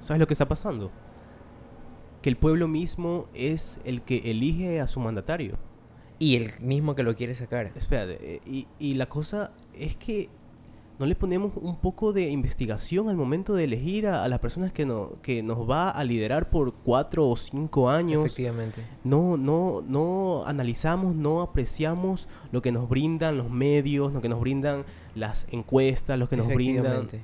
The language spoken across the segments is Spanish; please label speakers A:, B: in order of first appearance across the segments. A: ¿Sabes lo que está pasando? Que el pueblo mismo es el que elige a su mandatario.
B: Y el mismo que lo quiere sacar.
A: Espérate, eh, y, y la cosa es que no le ponemos un poco de investigación al momento de elegir a, a las personas que, no, que nos va a liderar por cuatro o cinco años.
B: Efectivamente.
A: No, no, no analizamos, no apreciamos lo que nos brindan los medios, lo que nos brindan las encuestas, lo que nos brindan.
B: Efectivamente.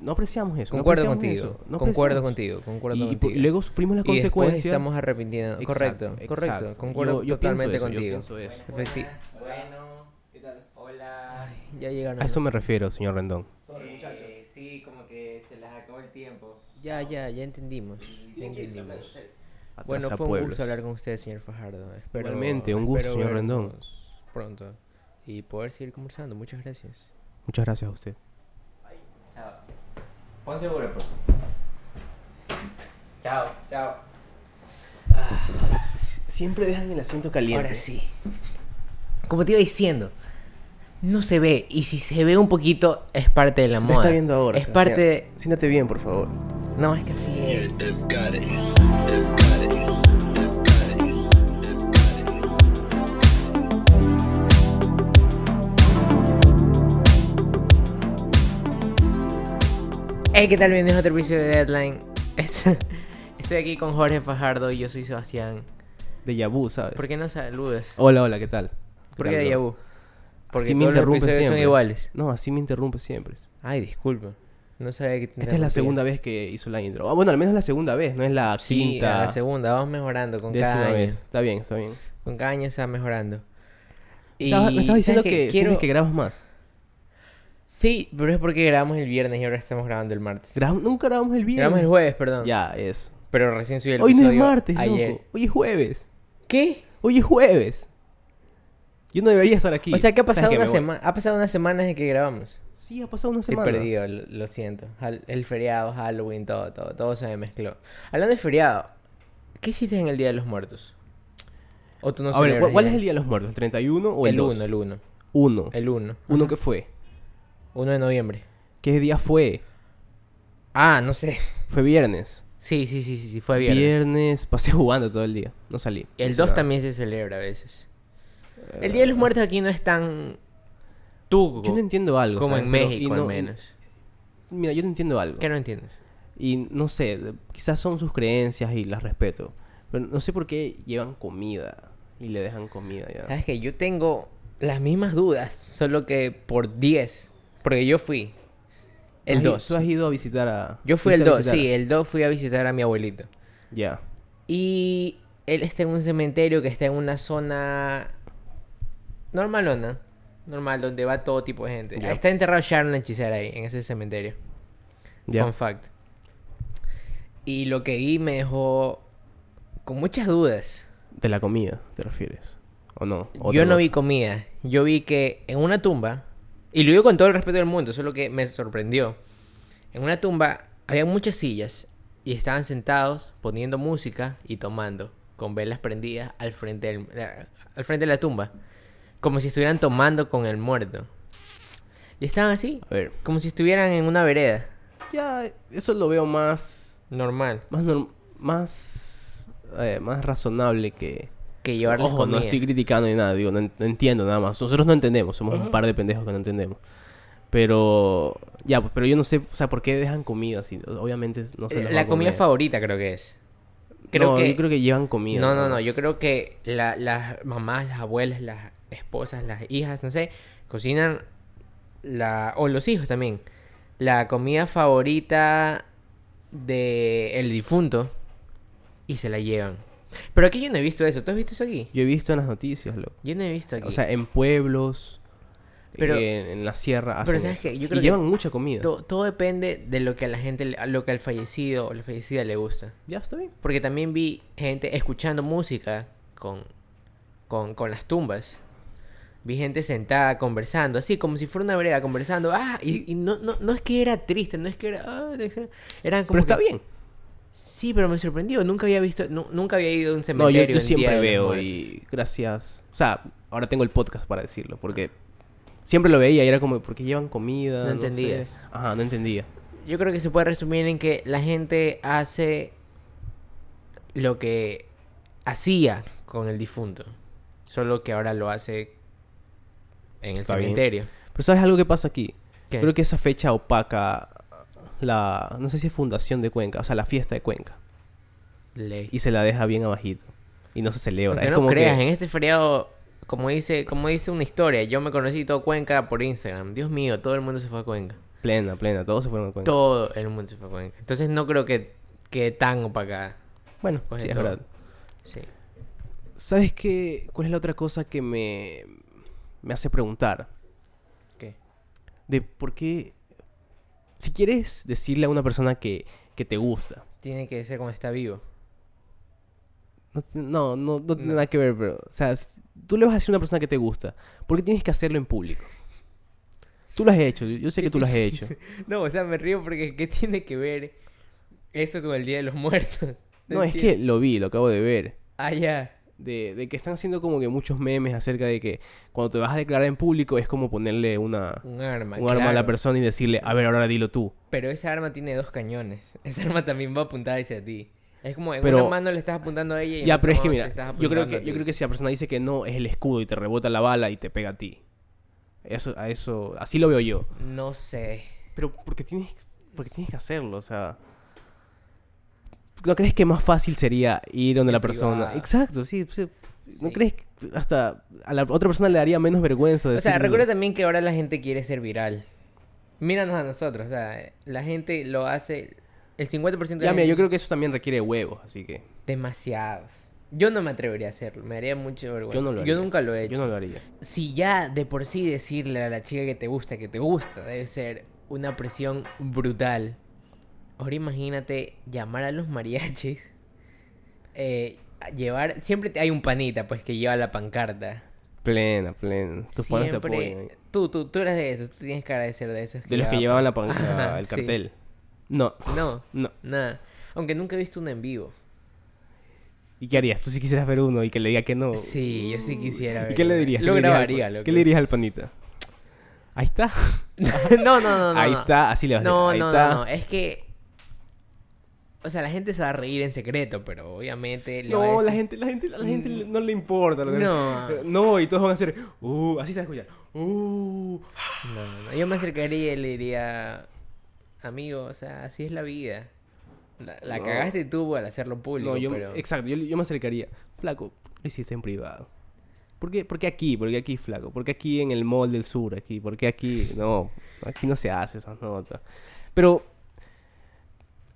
A: No apreciamos eso. no
B: Concuerdo contigo.
A: apreciamos eso, no
B: concuerdo
A: apreciamos.
B: contigo. Concuerdo
A: Y- y,
B: contigo.
A: y luego sufrimos las
B: Y después
A: consecuencias.
B: estamos arrepintiendo.
A: Exacto,
B: correcto, correcto.
A: exacto.
B: Concuerdo
A: Yo- yo pienso
B: totalmente
A: eso, yo pienso
B: contigo.
A: eso.
B: Efecti-
C: Bueno, ¿qué tal? Hola.
B: ya llegaron.
A: A eso me refiero, señor Rendón.
C: Eh, sí, como que se les acabó el tiempo.
B: Ya, ya, ya entendimos. Ya entendimos.
A: Atrás
B: Bueno,
A: a
B: fue un
A: pueblos.
B: gusto hablar con usted, señor Fajardo. Espero,
A: Igualmente, un gusto,
B: espero
A: señor Rendón.
B: vernos Pronto. Y poder seguir conversando. Muchas gracias.
A: Muchas gracias a usted.
C: Chao.
B: Pon seguro, por
C: Chao. Chao.
A: Siempre dejan el asiento caliente.
B: Ahora sí. Como te iba diciendo, no se ve. Y si se ve un poquito, es parte de la
A: Se te
B: moda.
A: está viendo ahora.
B: Es
A: Sebastián.
B: parte de...
A: Siéntate bien, por favor.
B: No, es que así es. Hey, ¿qué tal? Bienvenidos a otro episodio de Deadline. Estoy aquí con Jorge Fajardo y yo soy Sebastián.
A: De Yabú, ¿sabes?
B: ¿Por qué no saludas?
A: Hola, hola, Oh, ¿qué tal?
B: ¿Por
A: tal,
B: qué de
A: bro?
B: Yahoo? Porque
A: Así me
B: todos los
A: interrumpe
B: episodios son
A: siempre.
B: iguales.
A: No, así me interrumpe siempre.
B: Ay, disculpa. No sabía que te
A: Esta es la
B: interrumpía.
A: segunda vez que hizo la intro. Ah, bueno, al menos la segunda vez, no es la
B: Sí,
A: quinta.
B: a la segunda. Vamos mejorando con
A: décima
B: cada año.
A: vez. Está bien, está bien.
B: Con cada año se va mejorando.
A: Estabas- me estabas
B: ¿sabes
A: diciendo
B: qué?
A: que sientes que grabas más.
B: Sí, pero es porque grabamos el viernes y ahora estamos grabando el martes.
A: Grabamos- nunca grabamos el viernes.
B: Grabamos el jueves, perdón.
A: Ya, eso.
B: Pero recién subí el
A: Hoy no es
B: episodio
A: martes,
B: ayer.
A: loco. Hoy es jueves.
B: ¿Qué?
A: Hoy es jueves. Yo no debería estar aquí.
B: O sea, que ha
A: ¿Sabes
B: pasado
A: qué?
B: una
A: Me voy.
B: semana, ha pasado una semana desde que grabamos.
A: Sí, ha pasado una
B: Estoy
A: semana.
B: perdido, lo, lo siento. Hal- El feriado, Halloween, todo, todo, todo se me mezcló. Hablando de feriado, ¿qué hiciste en el Día de los Muertos? ¿O tú no
A: A ver,
B: celebras
A: ¿cu- ¿cuál es el
B: Día
A: día de los muertos? ¿El 31 o el,
B: de los
A: 2?
B: Muertos? El 1, el 1.
A: 1.
B: El 1.
A: 1 que fue.
B: 1 de noviembre.
A: ¿Qué día fue?
B: Ah, no sé.
A: Fue viernes.
B: Sí, sí, sí, sí, sí fue
A: Viernes.
B: viernes.
A: pasé jugando todo el día. No salí.
B: El
A: Hice
B: 2
A: nada.
B: también se celebra a veces. El Día de los Muertos aquí no es tan... Tú,
A: Yo no entiendo algo.
B: como
A: ¿sabes?
B: en
A: Pero- y
B: México,
A: no-
B: al menos.
A: Mira, yo no entiendo algo.
B: ¿Qué no entiendes?
A: Y no sé, quizás son sus creencias y las respeto. Pero no sé por qué llevan comida y le dejan comida ya.
B: Sabes que yo tengo las mismas dudas, solo que por 10. Porque yo fui. El
A: ¿Has i-
B: 2.
A: ¿Tú has ido a visitar a.?
B: Yo fui el
A: fuiste a
B: 2,
A: visitar?
B: sí, eh. el 2 fui a visitar a mi abuelito.
A: Ya.
B: Y él está en un cementerio que está en una zona normalona, normal, donde va todo tipo de gente.
A: Ya.
B: Está enterrado Sharon la hechicera ahí, en ese cementerio.
A: Ya.
B: Fun fact. Y lo que vi me dejó con muchas dudas.
A: De la comida, ¿te refieres? ¿O no? ¿Otra
B: Yo no vi
A: cosa?
B: comida. Yo vi que en una tumba, y lo digo con todo el respeto del mundo, eso es lo que me sorprendió. En una tumba había muchas sillas y estaban sentados poniendo música y tomando, con velas prendidas al frente, del- eh, al frente de la tumba, como si estuvieran tomando con el muerto. Y estaban así,
A: A ver.
B: como si estuvieran en una vereda,
A: Ya, eso lo veo más.
B: normal,
A: Más. norm- más. eh, más razonable que.
B: que llevarles
A: Ojo,
B: comida.
A: no estoy criticando ni nada, digo, no, en- no entiendo nada más. Nosotros no entendemos, somos un par de pendejos que no entendemos. Pero, ya, pues, pero yo no sé, o sea, ¿por qué dejan comida así? O- Obviamente no se
B: Eh,
A: los va
B: La
A: a
B: comida
A: comer.
B: favorita creo que es. Creo
A: no,
B: que-
A: yo creo que llevan comida.
B: No, no,
A: nada
B: no.
A: más.
B: Yo creo que la- las mamás, las abuelas, las esposas, las hijas, no sé, cocinan la o los hijos también la comida favorita de el difunto y se la llevan. Pero aquí yo no he visto eso. ¿Tú has visto eso aquí?
A: Yo he visto en las noticias, loco.
B: Yo no he visto aquí.
A: O sea, en pueblos,
B: Pero-
A: eh, en, en la sierra,
B: pero
A: hacen
B: ¿sabes
A: eso.
B: qué? Yo
A: Y
B: creo que
A: llevan mucha comida.
B: To- todo depende de lo que a la gente, le- a lo que al fallecido o la fallecida le gusta.
A: Ya está bien.
B: Porque también vi gente escuchando música con, con, con las tumbas. Vi gente sentada conversando, así como si fuera una vereda conversando. Ah, y, y no, no, no es que era triste, no es que era. ah, de- de- eran como
A: Pero está
B: que-
A: bien.
B: Sí, pero me sorprendió. Nunca había visto, nu- nunca había ido a un
A: No, yo,
B: cementerio.
A: yo
B: en Día de
A: siempre
B: los
A: veo
B: Muertos.
A: y gracias. O sea, ahora tengo el podcast para decirlo, porque siempre lo veía y era como, ¿por qué llevan comida?
B: No entendías.
A: Sé. Ajá, no entendía.
B: yo creo que se puede resumir en que la gente hace lo que hacía con el difunto, solo que ahora lo hace en el
A: Está bien.
B: cementerio.
A: Pero ¿sabes algo que pasa aquí?
B: ¿Qué?
A: Creo que esa fecha opaca la... No sé si es fundación de Cuenca, o sea, la fiesta de Cuenca.
B: Ley.
A: Y se la deja bien abajito. Y no se celebra.
B: Aunque
A: es
B: no
A: como
B: creas,
A: que...
B: en este feriado, como dice, como dice una historia, yo me conocí todo Cuenca por Instagram. Dios mío, todo el mundo se fue a Cuenca.
A: Plena, plena. Todos se fueron a Cuenca.
B: Todo el mundo se fue a Cuenca. Entonces no creo que quede tan opacada.
A: Bueno,
B: Pues
A: sí,
B: de
A: es
B: todo.
A: verdad.
B: Sí.
A: ¿Sabes qué? ¿Cuál es la otra cosa que me... Me hace preguntar?
B: ¿Qué?
A: De por qué... Si quieres decirle a una persona que, que te gusta.
B: Tiene que ser cuando está vivo.
A: No, ti- no, no, no tiene
B: No.
A: nada que ver, pero... O sea, si tú le vas a decir a una persona que te gusta. ¿Por qué tienes que hacerlo en público? Tú lo has hecho. Yo yo sé que tú lo has hecho.
B: No, o sea, me río porque ¿qué tiene que ver eso con el Día de los Muertos?
A: No, es que
B: entiendo.
A: lo vi, lo acabo de ver.
B: Ah, ya.
A: De, de que están haciendo como que muchos memes acerca de que cuando te vas a declarar en público es como ponerle una,
B: Un arma.
A: un arma a la
B: claro.
A: persona y decirle, a ver, ahora dilo tú.
B: Pero esa arma tiene dos cañones. Esa arma también va apuntada hacia ti. Es como en
A: Pero-
B: una mano le estás apuntando a ella y en
A: ya,
B: otra
A: pero es que
B: mano te
A: mira,
B: estás
A: yo creo
B: apuntando
A: que,
B: a
A: yo
B: ti.
A: creo que si la persona dice que no, es el escudo y te rebota la bala y te pega a ti. Eso, a eso, así lo veo yo.
B: No sé.
A: Pero porque tienes, porque tienes que hacerlo, o sea... ¿No crees que más fácil sería ir donde
B: En
A: la persona?
B: privado.
A: Exacto, sí. sí. ¿No
B: Sí.
A: crees que hasta a la otra persona le daría menos vergüenza
B: O sea,
A: decirlo?
B: recuerda también que ahora la gente quiere ser viral. Míranos a nosotros, o sea, la gente lo hace el 50% de la
A: Ya, mira,
B: gente-
A: yo creo que eso también requiere huevos, así que
B: demasiados. Yo no me atrevería a hacerlo, me haría mucho vergüenza.
A: yo no lo haría.
B: nunca lo he hecho.
A: Yo no lo haría.
B: Si ya de por sí decirle a la chica que te gusta, que te gusta, debe ser una presión brutal. Ahora imagínate llamar a los mariachis, eh, a llevar, siempre te- hay un panita pues que lleva la pancarta.
A: Plena, plena. Tus panas te apoyan.
B: Siempre, tú, tú, tú eras de esos, tú tienes que agradecer de esos.
A: De los que llevaban
B: llevaban
A: la pan-
B: Ajá,
A: la- el
B: sí.
A: cartel. No,
B: No,
A: no.
B: nada. Aunque nunca he visto uno en vivo.
A: ¿Y qué harías? Tú si quisieras ver uno y que le diga que no.
B: Sí, yo sí quisiera
A: ¿Y
B: ver
A: qué le
B: uno.
A: dirías? ¿Qué
B: Lo
A: le dirías al
B: grabaría,
A: pan-
B: loco.
A: ¿Qué le dirías al panita? Ahí está.
B: no, no, no, no.
A: Ahí
B: no.
A: está, así le vas a
B: No,
A: decir. Ahí
B: no,
A: está.
B: no, no, es que... O sea, la gente se va a reír en secreto, pero obviamente... le va a
A: No, la
B: decir- Mm.
A: gente, la gente, la gente le- no le importa. lo que- Eh,
B: No.
A: No, y todos van a hacer, uh, así se va a escuchar. Uh.
B: No, no, no, yo me acercaría y le diría... Amigo, o sea, así es la vida. La, la
A: No.
B: cagaste tú al hacerlo público,
A: No, yo,
B: pero...
A: exacto, yo, yo me acercaría. Flaco, lo hiciste en privado. ¿Por qué, por qué aquí? ¿Por qué aquí, flaco? ¿Por qué aquí en el mall del sur? Aquí? ¿Por qué aquí? No, aquí no se hace esas notas. Pero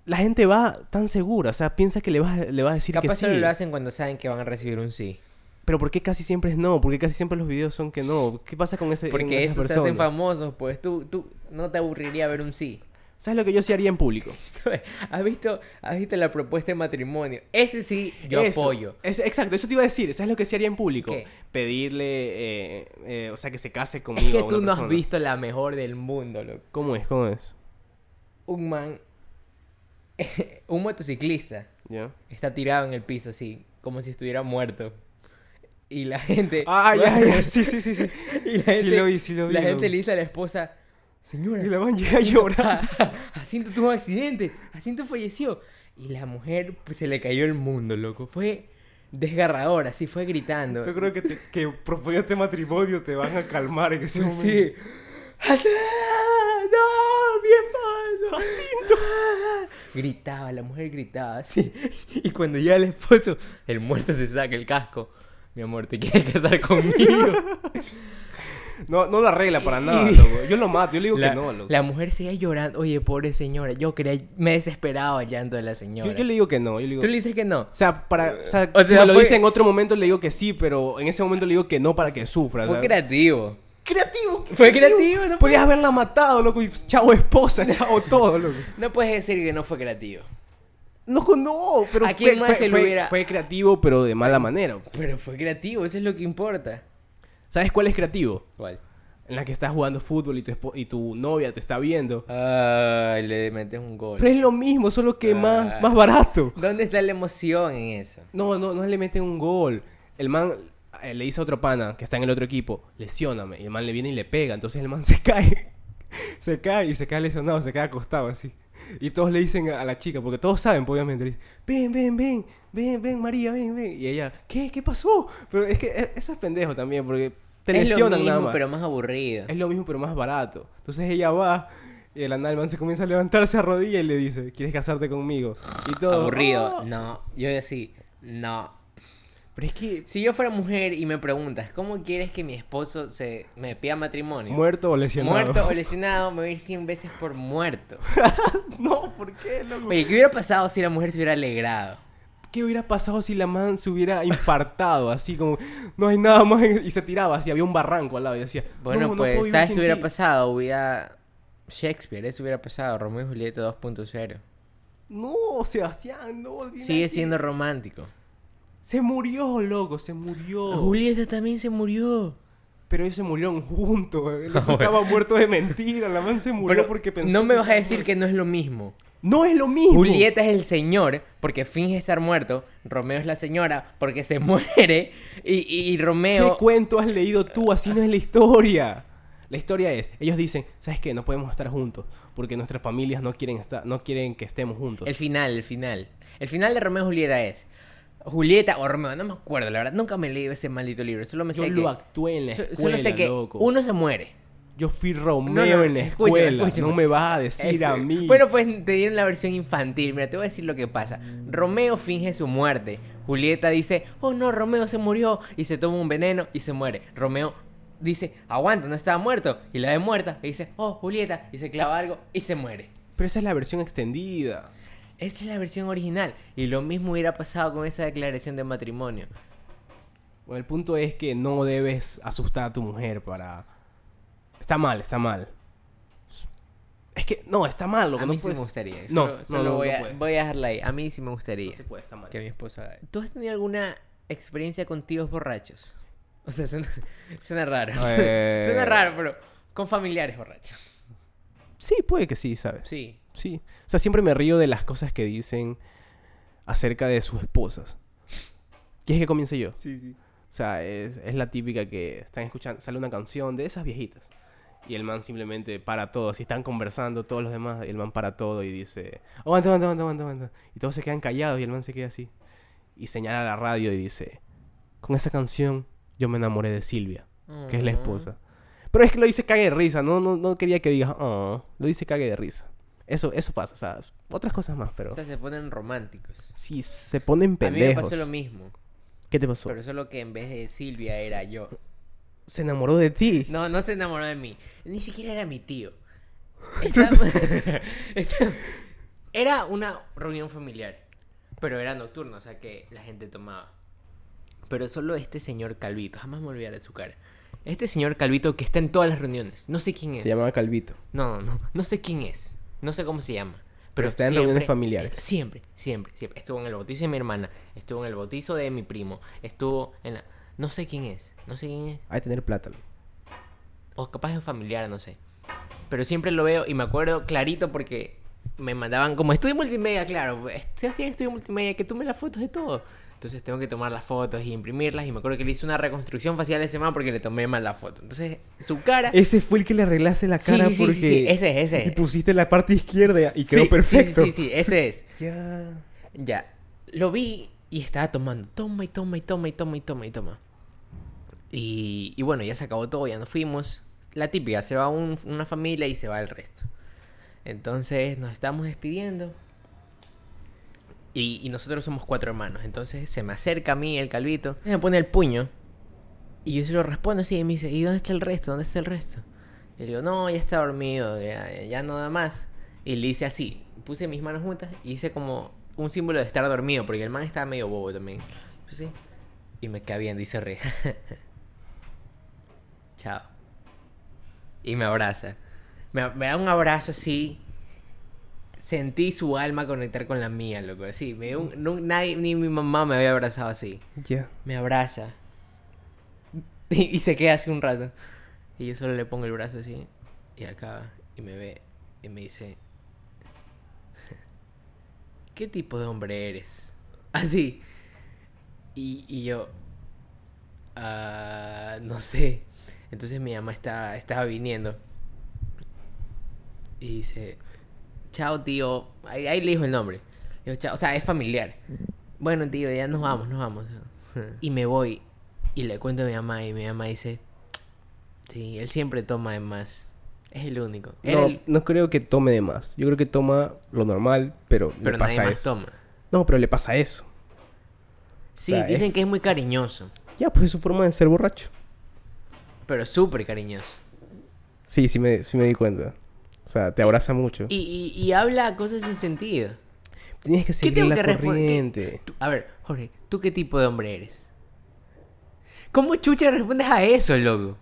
A: la gente va tan segura, o sea, piensa que le vas, a- le vas a decir
B: Capaz
A: que sí.
B: solo lo hacen cuando saben que van a recibir un sí.
A: Pero ¿por qué casi siempre es no? ¿Por qué casi siempre los videos son que no? ¿Qué pasa con ese con
B: Porque
A: esas
B: estos se hacen
A: personas?
B: famosos, pues tú, tú no te aburriría ver un sí.
A: ¿Sabes lo que yo sí haría en público?
B: ¿Has visto, ¿Has visto la propuesta de matrimonio? Ese sí, yo
A: Eso,
B: apoyo.
A: eso- exacto, eso te iba a decir. ¿Sabes lo que sí haría en público?
B: ¿Qué?
A: Pedirle, eh, eh, o sea, que se case conmigo.
B: Es que
A: a una
B: tú no has
A: persona.
B: visto la mejor del mundo, loco.
A: ¿Cómo es? ¿Cómo es?
B: Un man, un motociclista,
A: ¿Ya?
B: está tirado en el piso así, como si estuviera muerto. Y la gente...
A: Ah, ya, ya, sí, sí, sí, sí.
B: Y la
A: Sí
B: gente,
A: lo vi, sí lo vi,
B: La
A: lo
B: gente
A: vi.
B: le dice a la esposa, señora,
A: Y la van llega a llorar.
B: Jacinto tuvo un accidente, Jacinto falleció. Y la mujer pues, se le cayó el mundo, loco. Fue desgarrador, así fue gritando.
A: Yo creo que, te, que proponiéndote matrimonio te van a calmar en
B: este
A: ese momento.
B: Sí. ¡Jacinto! ¡No! ¡Mi esposo! ¡Jacinto! Gritaba, la mujer gritaba así. Y cuando llega el esposo, el muerto se saca el casco. Mi amor, ¿te quieres casar conmigo?
A: No, no lo arregla para nada,
B: Y-
A: loco. Yo lo mato, yo le digo
B: la,
A: que no, loco.
B: la mujer seguía llorando. Oye, pobre señora. Yo creía, me desesperaba el llanto de la señora.
A: Yo, yo le digo que no, yo le digo...
B: Tú le dices que no.
A: O sea, para, o sea,
B: O
A: si
B: sea,
A: me lo
B: fue-
A: dice en otro momento le digo que sí, pero en ese momento le digo que no para que sufra.
B: Fue
A: ¿sabes?
B: creativo.
A: creativo.
B: Fue creativo, no
A: Podrías haberla matado, loco, y chavo esposa, chavo todo, loco.
B: No puedes decir que no fue creativo.
A: No, no, pero
B: ¿A
A: fue,
B: quién más
A: fue-
B: se le
A: fue-
B: hubiera-
A: fue creativo, pero de mala manera.
B: Pero fue creativo, eso es lo que importa.
A: ¿Sabes cuál es creativo?
B: ¿Cuál?
A: En la que estás jugando fútbol y tu, espo- y tu novia te está viendo.
B: Ay, le metes un gol.
A: Pero es lo mismo, solo que más,
B: Ah.
A: más barato.
B: ¿Dónde está la emoción en eso?
A: No, no, no le meten un gol. El man eh, le dice a otro pana que está en el otro equipo, lesióname. Y el man le viene y le pega. Entonces el man se cae. se cae y se cae lesionado, se cae acostado así. Y todos le dicen a a la chica, porque todos saben, pues, obviamente, le dicen, ven, ven, ven, ven, ven, María, ven, ven. Y ella, ¿qué? ¿Qué pasó? Pero es que eh, eso es pendejo también, porque te
B: es lo
A: lesionan
B: mismo,
A: nada más.
B: pero más aburrido.
A: Es lo mismo, pero más barato. Entonces ella va y de la nada el man se comienza a levantarse a rodillas y le dice, ¿quieres casarte conmigo? Y todo.
B: Aburrido.
A: "Ah".
B: No, yo así, no.
A: Pero es que,
B: Si yo fuera mujer y me preguntas, ¿cómo quieres que mi esposo se me pida matrimonio?
A: muerto o lesionado.
B: Muerto o lesionado, me voy a ir 100 veces por muerto.
A: no, ¿por qué, loco?
B: Oye, ¿qué hubiera pasado si la mujer se hubiera alegrado?
A: ¿Qué hubiera pasado si la man se hubiera infartado? Así como, no hay nada más. en- Y se tiraba así, había un barranco al lado y decía,
B: Bueno,
A: "No, no puedo
B: pues,
A: vivir
B: ¿sabes
A: sin
B: qué hubiera
A: ti".
B: pasado? Hubiera... Shakespeare, eso hubiera pasado. Romeo y Julieta 2.0.
A: No, Sebastián, no. tiene
B: Sigue
A: nada que-
B: siendo romántico.
A: Se murió, loco, se murió.
B: Julieta también se murió.
A: Pero ellos se murieron juntos. El otro estaba muerto de mentira. La man se murió
B: Pero
A: porque pensó.
B: no me
A: que
B: vas a
A: estaba
B: decir que no es lo mismo.
A: muerto. No es lo mismo.
B: Julieta es el señor porque finge estar muerto. Romeo es la señora porque se muere. Y, y
A: ¿Qué
B: Romeo...
A: cuento has leído tú? Así no es la historia. La historia es, ellos dicen, ¿sabes qué? No podemos estar juntos porque nuestras familias no quieren estar, no quieren que estemos juntos.
B: El final, el final. El final de Romeo y Julieta es... Julieta o Romeo, no me acuerdo, la verdad. Nunca me he leído ese maldito libro. Solo me
A: Yo
B: sé
A: lo
B: que...
A: actué en la
B: so-
A: escuela,
B: solo sé que
A: loco.
B: uno se muere.
A: Yo fui Romeo
B: No, no,
A: en la
B: escúchame,
A: escuela.
B: escúchame.
A: No me vas a decir a
B: Este,
A: mí.
B: Bueno, pues te dieron la versión infantil. Mira, te voy a decir lo que pasa. Romeo finge su muerte. Julieta dice, oh no, Romeo se murió. Y se toma un veneno y se muere. Romeo dice, aguanta, no estaba muerto. Y la ve muerta. Y dice, oh, Julieta. Y se clava algo y se muere.
A: Pero esa es la versión extendida.
B: Esta es la versión original. Y lo mismo hubiera pasado con esa declaración de matrimonio.
A: Bueno, el punto es que no debes asustar a tu mujer para. Está mal, está mal. Es que no, está mal. Loco.
B: A
A: no
B: mí sí me
A: puedes-
B: gustaría. eso.
A: No,
B: Solo-
A: no,
B: solo
A: no, no
B: voy, a,
A: puede.
B: voy a dejarla ahí. A mí sí me gustaría.
A: No se puede, está mal.
B: que mi esposa haga. ¿Tú has tenido alguna experiencia con tíos borrachos? O sea, suena, suena raro.
A: Eh.
B: suena raro, pero con familiares borrachos.
A: Sí, puede que sí, ¿sabes?
B: Sí.
A: Sí. O sea, siempre me río de las cosas que dicen acerca de sus esposas. ¿Quieres que comience yo?
B: Sí, sí.
A: O sea, es, es la típica que están escuchando, sale una canción de esas viejitas. Y el man simplemente para todo. Si están conversando todos los demás, y el man para todo y dice, aguanta, aguanta, aguanta, aguanta, aguanta. Y todos se quedan callados y el man se queda así. Y señala a la radio y dice, con esa canción yo me enamoré de Silvia, que
B: Mm.
A: es la esposa. Pero es que lo dice cague de risa, no, no, no quería que digas, oh, lo dice cague de risa. Eso, eso pasa, o sea, otras cosas más, pero...
B: O sea, se ponen románticos.
A: si se ponen
B: A mí me
A: pendejos.
B: pasó lo mismo.
A: ¿Qué te pasó?
B: Pero solo que en vez de Silvia era yo.
A: Se enamoró de ti.
B: No, no se enamoró de mí. Ni siquiera era mi tío. Estábamos- Estábamos- era una reunión familiar, pero era nocturna, o sea que la gente tomaba. Pero solo este señor Calvito, jamás me olvidaré de su cara. Este señor Calvito que está en todas las reuniones, no sé quién es.
A: Se llamaba Calvito.
B: No, no, no, no sé quién es, no sé cómo se llama. Pero
A: está en
B: siempre-
A: reuniones familiares.
B: Siempre, siempre, siempre. Estuvo en el bautizo de mi hermana, estuvo en el bautizo de mi primo, estuvo en la... No sé quién es, no sé quién es.
A: Hay que tener plátano.
B: O capaz es un familiar, no sé. Pero siempre lo veo y me acuerdo clarito porque me mandaban como estudio multimedia, claro. pues, Sebastián, estudio multimedia, que tome las fotos de todo. Entonces tengo que tomar las fotos y imprimirlas. Y me acuerdo que le hice una reconstrucción facial a ese man porque le tomé mal la foto. Entonces, su cara.
A: Ese fue el que le arreglaste la
B: Ah. Sí,
A: cara
B: sí, sí, sí,
A: porque.
B: sí, ese es, ese
A: Y
B: es.
A: pusiste la parte izquierda y quedó
B: Sí, sí,
A: perfecto.
B: Sí, sí, sí, ese es.
A: Ya.
B: Ya. Lo vi y estaba tomando. Toma y toma y toma y toma y toma y toma. Y, y bueno, ya se acabó todo, ya nos fuimos. La típica, se va un- una familia y se va el resto. Entonces nos estamos despidiendo. Y, y nosotros somos cuatro hermanos. Entonces se me acerca a mí el calvito. Me pone el puño. Y yo se lo respondo así. Y me dice, ¿y dónde está el resto? ¿Dónde está el resto? Y le digo, no, ya está dormido. Ya, ya no da más. Y le hice así. Puse mis manos juntas y hice como un símbolo de estar dormido. Porque el man estaba medio bobo también. Así. Y me queda bien. Dice re. Chao. Y me abraza. Me, me da un abrazo así. Sentí su alma conectar con la mía, loco. Así, me dio un- nu- nadie, ni mi mamá me había abrazado así.
A: Ya.
B: Me abraza. Y, y se queda así un rato. Y yo solo le pongo el brazo así. Y acaba. Y me ve. Y me dice. ¿Qué tipo de hombre eres? Así. Y, y yo. "Ah, no sé. Entonces mi mamá estaba, estaba viniendo. Y dice. chao tío, ahí, ahí le dijo el nombre. Le dijo, chao, o sea, es familiar. Bueno, tío, ya nos vamos, nos vamos. Y me voy y le cuento a mi mamá y mi mamá dice, sí, él siempre toma de más. Es el único. Era
A: No,
B: el-
A: no creo que tome de más. Yo creo que toma lo normal, pero,
B: pero
A: le
B: nadie
A: pasa
B: más
A: eso.
B: toma.
A: No, pero le pasa eso.
B: Sí,
A: O sea, es-
B: dicen que es muy cariñoso,
A: Ya, pues es su forma de ser borracho.
B: pero súper cariñoso.
A: Sí, sí me, sí me di cuenta. O sea, te abraza mucho.
B: Y, y, y habla cosas sin sentido.
A: Tienes que seguir
B: tengo
A: la
B: que responder? ¿Qué-
A: corriente.
B: Tú- a ver, Jorge, ¿tú qué tipo de hombre eres? ¿Cómo chucha respondes a eso, loco?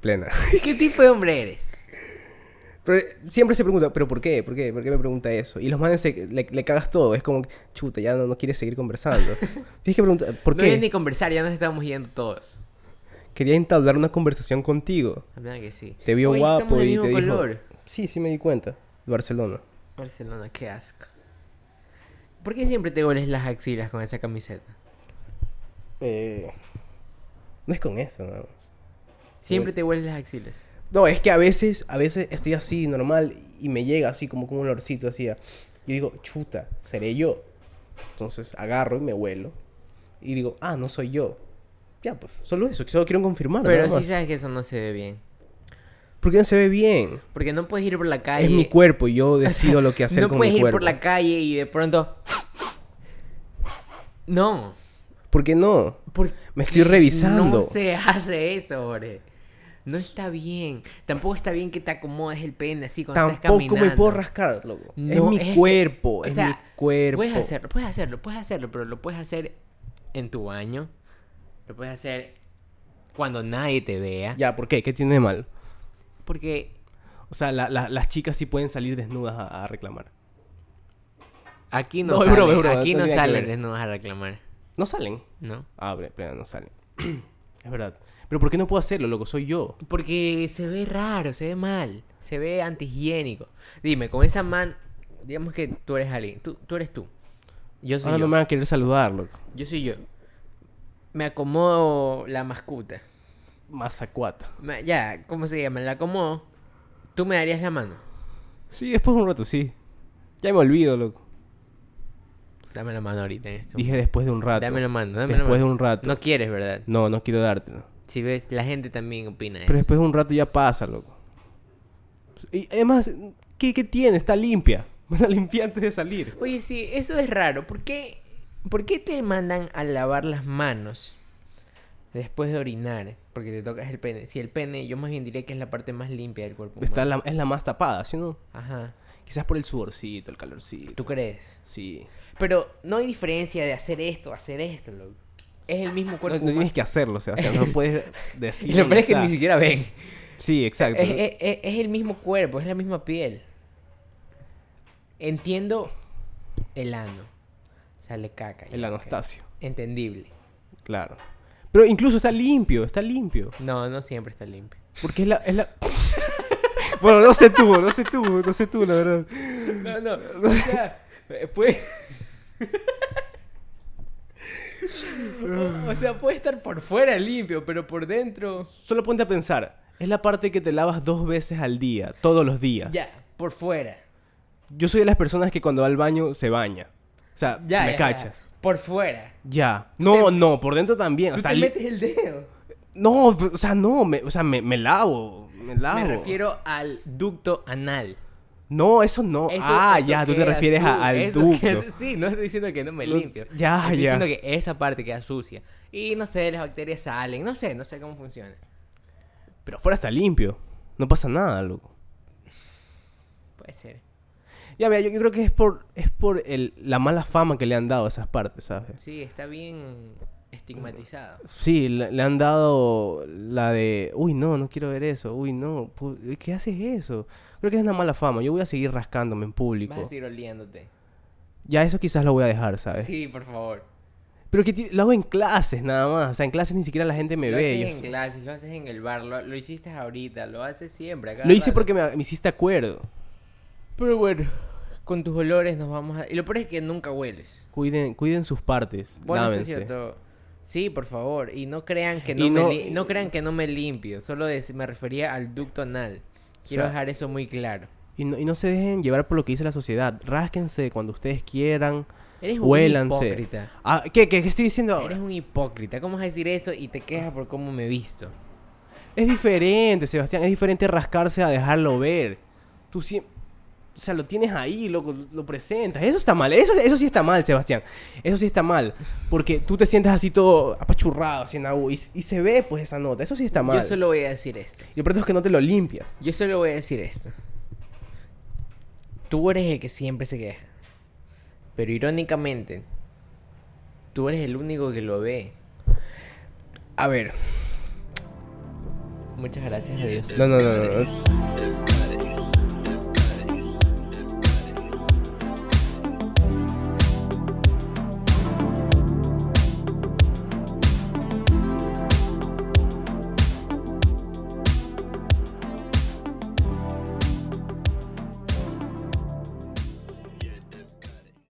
A: Plena.
B: ¿Qué tipo de hombre eres?
A: Pero eh, siempre se pregunta, ¿pero por qué? ¿Por qué? ¿Por qué me pregunta eso? Y los manes se- le, le cagas todo. Es como, chuta, ya no, no quieres seguir conversando. Tienes que preguntar, ¿por
B: No querías
A: qué?
B: ni conversar, ya nos estábamos yendo todos.
A: Quería entablar una conversación contigo.
B: La verdad que sí.
A: Te vio
B: Oye, estamos
A: guapo
B: del
A: y
B: mismo
A: te dijo...
B: color.
A: Sí, sí me di cuenta. Barcelona.
B: Barcelona, qué asco. ¿Por qué siempre te goles las axilas con esa camiseta?
A: Eh, no es con eso nada más. Eh.
B: Siempre te hueles las axilas.
A: No, es que a veces, a veces estoy así normal y me llega así como con un olorcito así. a- Yo digo, chuta, seré yo. Entonces agarro y me huelo. Y digo, ah, no soy yo. Ya, pues, solo eso, solo quiero confirmar.
B: Pero
A: nada
B: sí
A: más.
B: sabes que eso no se ve bien.
A: Porque no se ve bien.
B: Porque no puedes ir por la calle.
A: Es mi cuerpo y yo decido lo que hacer
B: no
A: con
B: puedes
A: mi
B: ir
A: cuerpo.
B: por la calle y de pronto. No.
A: ¿Por qué no?
B: ¿Por
A: Me estoy
B: qué
A: revisando.
B: No se hace eso, Jorge. No está bien. Tampoco está bien que te acomodes el pene así cuando estás
A: Tampoco
B: caminando.
A: me puedo rascar, loco. es
B: No,
A: mi
B: que-
A: cuerpo,
B: o
A: es
B: sea,
A: mi cuerpo.
B: Puedes hacerlo, puedes hacerlo, puedes hacerlo, pero lo puedes hacer en tu baño. Lo puedes hacer cuando nadie te vea.
A: Ya, ¿por qué? ¿Qué tiene de mal?
B: Porque
A: O sea, la- la- las chicas sí pueden salir desnudas a- a reclamar.
B: aquí no,
A: No, es
B: salen,
A: broma, es broma,
B: aquí
A: no
B: no
A: tiene nada que
B: salen
A: ver.
B: desnudos a reclamar,
A: No salen.
B: ¿no?
A: Ah, bre- plena, no sale. es verdad. Pero ¿por qué no puedo hacerlo, loco? Soy yo.
B: Porque se ve raro, se ve mal, se ve antihigiénico. Dime, con esa man, digamos que tú eres alguien, tú, tú eres tú. Yo soy
A: Ahora
B: yo.
A: Ah, no me van a querer saludar, loco.
B: Yo soy yo. Me acomodo la mascuta.
A: Mazacuata.
B: Ma- Ya, ¿cómo se llama? La acomodo. Tú me darías la mano.
A: Sí, después de un rato, sí. Ya me olvido, loco.
B: Dame la mano ahorita en este momento.
A: Dije después de un rato.
B: Dame la mano, dame la
A: Después de
B: mano.
A: un rato.
B: No quieres, ¿verdad?
A: No, no quiero dártelo.
B: Si ves, la gente también opina
A: Pero
B: eso.
A: después de un rato ya pasa, loco. Y además, ¿qué, qué tiene? Está limpia. Me la limpié antes de salir.
B: Oye, sí, eso es raro. ¿Por qué, ¿Por qué te mandan a lavar las manos después de orinar? Porque te tocas el pene. Si el pene, yo más bien diría que es la parte más limpia del cuerpo humano.
A: Está la- es la más tapada, ¿sí o no?
B: Ajá.
A: Quizás por el sudorcito, el calorcito.
B: ¿Tú crees?
A: Sí.
B: Pero no hay diferencia de hacer esto, hacer esto, loco. Es el mismo
A: No,
B: cuerpo
A: no tienes
B: humano.
A: que hacerlo, Sebastián. No puedes
B: Y
A: decir.
B: lo peor es que
A: está.
B: ni siquiera ven.
A: Sí, exacto.
B: Es, es- es- es el mismo cuerpo, es la misma piel. Entiendo el ano. Sale caca. ya,
A: El
B: ok.
A: Anastasio,
B: Entendible.
A: claro. Pero incluso está limpio, está limpio.
B: No, no siempre está limpio.
A: Porque es la... Es la... bueno, no sé tú, no sé tú, no sé tú, la verdad.
B: No, no. O sea, eh, puede... o sea, puede estar por fuera limpio, pero por dentro...
A: Solo ponte a pensar. Es la parte que te lavas dos veces al día, todos los días.
B: Ya, por fuera.
A: Yo soy de las personas que cuando va al baño se baña. O sea,
B: Ya,
A: me
B: ya,
A: cachas.
B: ya. Por fuera.
A: Ya. No,
B: te-
A: no, por dentro también.
B: Tú
A: Está
B: te
A: li-
B: metes el dedo.
A: No, o sea, no, me, o sea, me, me lavo. Me lavo.
B: Me refiero al ducto anal.
A: No, eso no.
B: Eso-
A: ah,
B: eso
A: ya, tú te
B: queda
A: refieres
B: su-
A: a, al
B: eso
A: ducto.
B: queda- sí, no estoy diciendo que no me
A: Lo-
B: limpio.
A: ya,
B: estoy
A: ya.
B: diciendo que esa parte queda sucia. Y no sé, las bacterias salen, no sé, no sé cómo funciona.
A: Pero afuera está limpio. No pasa nada, loco.
B: Puede ser.
A: Ya, mira, yo, yo creo que es por, es por el, la mala fama que le han dado a esas partes, ¿sabes?
B: Sí, está bien estigmatizado.
A: Sí, le, le han dado la de, uy, no, no quiero ver eso, uy, no, pu- ¿qué haces eso? Creo que es una mala fama, yo voy a seguir rascándome en público.
B: Vas a seguir oliéndote.
A: Ya eso quizás lo voy a dejar, ¿sabes?
B: Sí, por favor.
A: Pero que ti- lo hago en clases nada más, o sea, en clases ni siquiera la gente me
B: lo
A: ve.
B: haces en
A: yo-
B: clases, lo haces en el bar, lo, lo hiciste ahorita, lo haces siempre. a cada
A: Lo hice
B: rato.
A: porque me, me hiciste acuerdo.
B: Pero bueno, con tus olores nos vamos a... Y lo peor es que nunca hueles.
A: Cuiden, cuiden sus partes,
B: Bueno, esto es
A: lávense.
B: cierto. Sí, por favor. Y no crean que no,
A: Y
B: me,
A: no-
B: li- no crean que no me limpio. Solo de- me refería al ducto anal.
A: O
B: Quiero
A: sea-
B: dejar eso muy claro.
A: Y no, y no se dejen llevar por lo que dice la sociedad. Rásquense cuando ustedes quieran.
B: Eres un
A: Huélanse.
B: hipócrita.
A: Ah, ¿qué, qué, qué estoy diciendo ahora?
B: Eres un hipócrita. ¿Cómo vas a decir eso y te quejas por cómo me he visto?
A: Es diferente, Sebastián. Es diferente rascarse a dejarlo ver. Tú sí. O sea, lo tienes ahí, lo, lo presentas. Eso está mal. Eso, eso sí está mal, Sebastián. Eso sí está mal. Porque tú te sientes así todo apachurrado, así en la U, Y, y se ve, pues, esa nota. Eso sí está mal.
B: Yo solo voy a decir esto.
A: Y lo peor es que no te lo limpias.
B: Yo solo voy a decir esto. Tú eres el que siempre se queja. Pero irónicamente, tú eres el único que lo ve.
A: A ver.
B: Muchas gracias a Dios.
A: No, no, no, no. no.